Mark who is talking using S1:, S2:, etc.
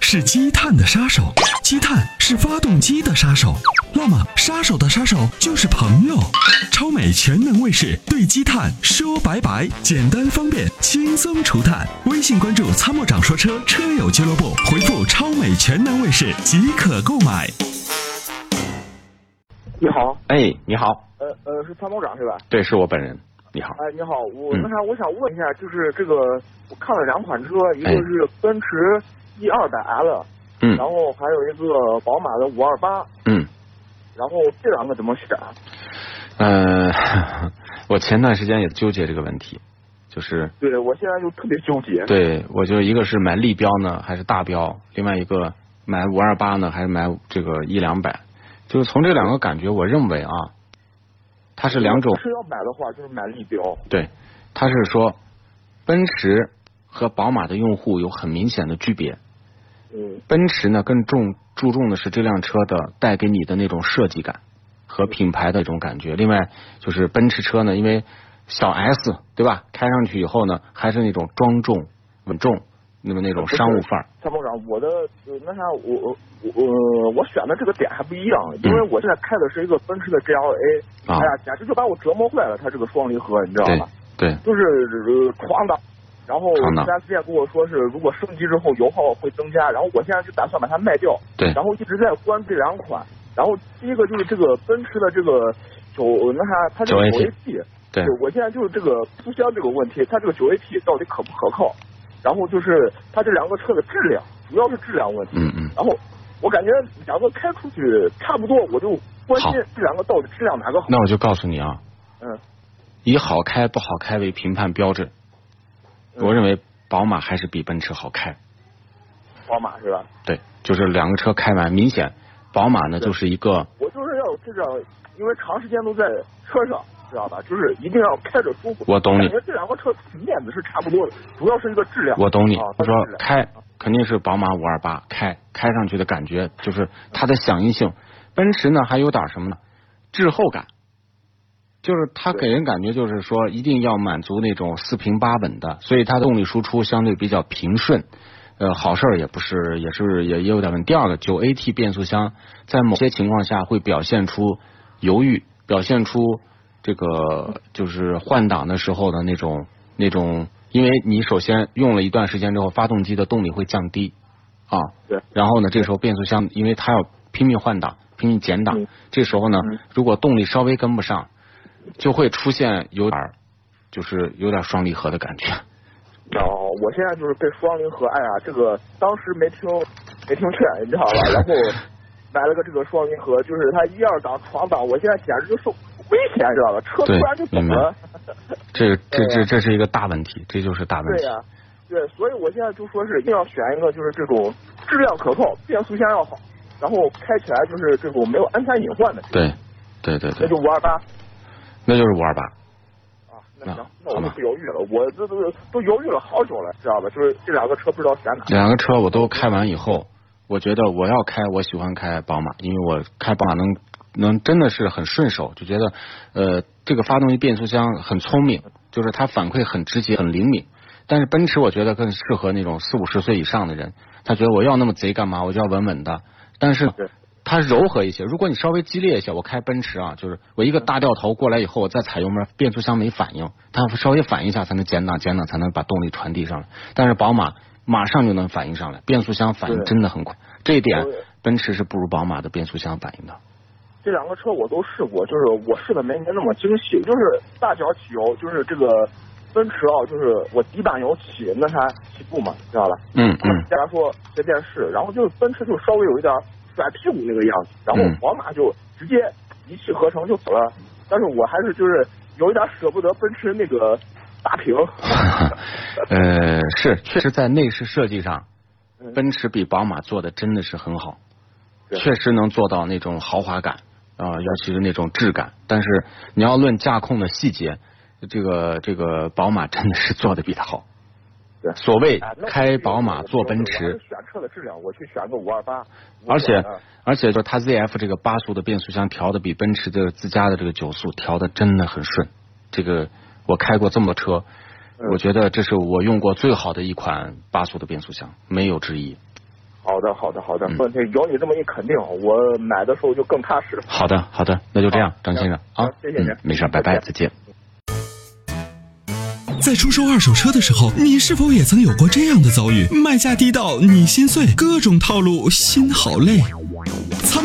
S1: 是积碳的杀手，积碳是发动机的杀手。那么，杀手的杀手就是朋友。超美全能卫士对积碳说拜拜，简单方便，轻松除碳。微信关注“参谋长说车”车友俱乐部，回复“超美全能卫士”即可购买。
S2: 你好，
S3: 哎，你好，
S2: 呃呃，是参谋长是吧？
S3: 对，是我本人。你好，
S2: 哎，你好，我
S3: 嗯
S2: 那啥，我想问一下，就是这个，我看了两款车，一个
S3: 哎
S2: 是奔驰 E 二百 L，
S3: 嗯
S2: 然后还有一个宝马的五二八，
S3: 嗯，
S2: 然后这两个怎么选？啊
S3: 呃， 我前段时间也纠结这个问题，就是
S2: 对，我现在就特别纠结。
S3: 对我就一个是买立标呢还是大标，另外一个买五二八呢还是买这个一两百，就是从这两个感觉，我认为啊，它是两种
S2: 是要买的话，就是买立标。
S3: 对，他是说奔驰和宝马的用户有很明显的区别。
S2: 嗯
S3: 奔驰呢更重注重的是这辆车的带给你的那种设计感和品牌的一种感觉。另外就是奔驰车呢，因为小 S 对吧，开上去以后呢，还是那种庄重稳重，那么那种商务范儿。
S2: 参谋长，我的呃那啥，我我呃我我选的这个点还不一样，因为我现在开的是一个奔驰的 GLA，、
S3: 嗯啊
S2: 哎呀，简直就把我折磨坏了，它这个双离合，你知道
S3: 对
S2: 吧？
S3: 对，
S2: 就是呃闯档，然后
S3: 闯档
S2: 4 S 店跟我说是如果升级之后油耗会增加，然后我现在就打算把它卖掉，
S3: 对
S2: 然后一直在关注这两款，然后第一个就是这个奔驰的这个呃九那啥，它这个九
S3: 9AT
S2: AT，
S3: 对，
S2: 我现在就是这个书香这个问题，它这个九 AT 到底可不可靠？然后就是它这两个车的质量，主要是质量问题。
S3: 嗯嗯，
S2: 然后我感觉两个开出去差不多，我就关心
S3: 好
S2: 这两个到底质量哪个好。
S3: 那我就告诉你啊，
S2: 嗯，
S3: 以好开不好开为评判标准，
S2: 嗯
S3: 我认为宝马还是比奔驰好开。
S2: 宝马是吧？
S3: 对，就是两个车开完，明显宝马呢
S2: 对
S3: 就是一个
S2: 我就是要有这种，因为长时间都在车上，知道吧？就是一定要开着舒服。
S3: 我懂你
S2: 感觉这两个车面子是差不多的，主要是一个质量。
S3: 我懂你
S2: 啊，它
S3: 他说
S2: 的质量
S3: 开肯定是宝马五二八开开上去的感觉，就是它的响应性。奔驰呢还有点什么呢？滞后感，就是它
S2: 对
S3: 给人感觉就是说一定要满足那种四平八稳的，所以它的动力输出相对比较平顺。呃，好事儿也不是，也是也也有点问题。第二个，九 AT 变速箱在某些情况下会表现出犹豫，表现出这个就是换挡的时候的那种那种，因为你首先用了一段时间之后，发动机的动力会降低啊，
S2: 对，
S3: 然后呢，这时候变速箱因为它要拼命换挡、拼命减档，
S2: 嗯
S3: 这时候呢
S2: 嗯，
S3: 如果动力稍微跟不上，就会出现有点儿就是有点儿双离合的感觉。
S2: 哦，我现在就是被双离合，哎呀，这个当时没听没听劝，你知道吧？ 然后买了个这个双离合，就是它一二档闯档，我现在简直就受危险，知道吧？车突
S3: 对
S2: 然就走
S3: 明白
S2: 了，
S3: 这这
S2: 对
S3: 这这是一个大问题，这就是大问
S2: 对
S3: 题。
S2: 呀、对，所以我现在就说是一定要选一个就是这种质量可靠、变速箱要好，然后开起来就是这种没有安全隐患的车，
S3: 对对对
S2: 那
S3: 对
S2: 就，五二八。
S3: 那就是五二八。
S2: 啊，那行
S3: 啊，
S2: 那我
S3: 好
S2: 就
S3: 吧
S2: 不犹豫了，我这都都犹豫了好久了，知道吧？就是这两个车不知道选哪个。
S3: 两个车我都开完以后，我觉得我要开，我喜欢开宝马，因为我开宝马能能真的是很顺手，就觉得呃这个发动机变速箱很聪明，就是它反馈很直接，很灵敏。但是奔驰我觉得更适合那种四五十岁以上的人，他觉得我要那么贼干嘛？我就要稳稳的。但是
S2: 对
S3: 它柔和一些，如果你稍微激烈一些，我开奔驰啊，就是我一个大掉头过来以后，我再踩油门，变速箱没反应，它稍微反应一下才能减档，减档才能把动力传递上来。但是宝马马上就能反应上来，变速箱反应
S2: 对
S3: 真的很快，这一点
S2: 对
S3: 奔驰是不如宝马的变速箱反应的。
S2: 这两个车我都试过，就是我试的没您那么精细，就是大脚起油，就是这个奔驰啊，就是我底板油起那啥起步嘛，知道吧？
S3: 嗯
S2: 他们
S3: 嗯，
S2: 家说随便试，然后就是奔驰就稍微有一点甩屁股那个样子，然后
S3: 嗯
S2: 宝马就直接一气呵成就走了，但是我还是就是有一点舍不得奔驰那个大 屏，
S3: 嗯呃，是，确实在内饰设计上，
S2: 嗯
S3: 奔驰比宝马做的真的是很好，
S2: 对
S3: 确实能做到那种豪华感啊、尤其是那种质感。但是你要论驾控的细节，这个这个宝马真的是做的比它好。
S2: 对
S3: 所谓
S2: 哎那
S3: 开宝马坐奔
S2: 我还是
S3: 驰，
S2: 选车的质量，我去选个五二八，
S3: 而且
S2: 嗯
S3: 而且就是它 ZF 这个八速的变速箱调的比奔驰的自家的这个九速调的真的很顺。这个我开过这么多车，
S2: 嗯
S3: 我觉得这是我用过最好的一款八速的变速箱，没有之一。
S2: 好的，好的，好的，
S3: 嗯
S2: 问题有你这么一肯定，我买的时候就更踏实了。
S3: 好的，好的，那就这样
S2: 好，
S3: 张先生
S2: 行
S3: 啊
S2: 行，谢谢您
S3: 嗯，没事儿，拜拜，
S2: 再见
S3: 再见。
S1: 在出售二手车的时候，你是否也曾有过这样的遭遇？卖价低到你心碎，各种套路，心好累。参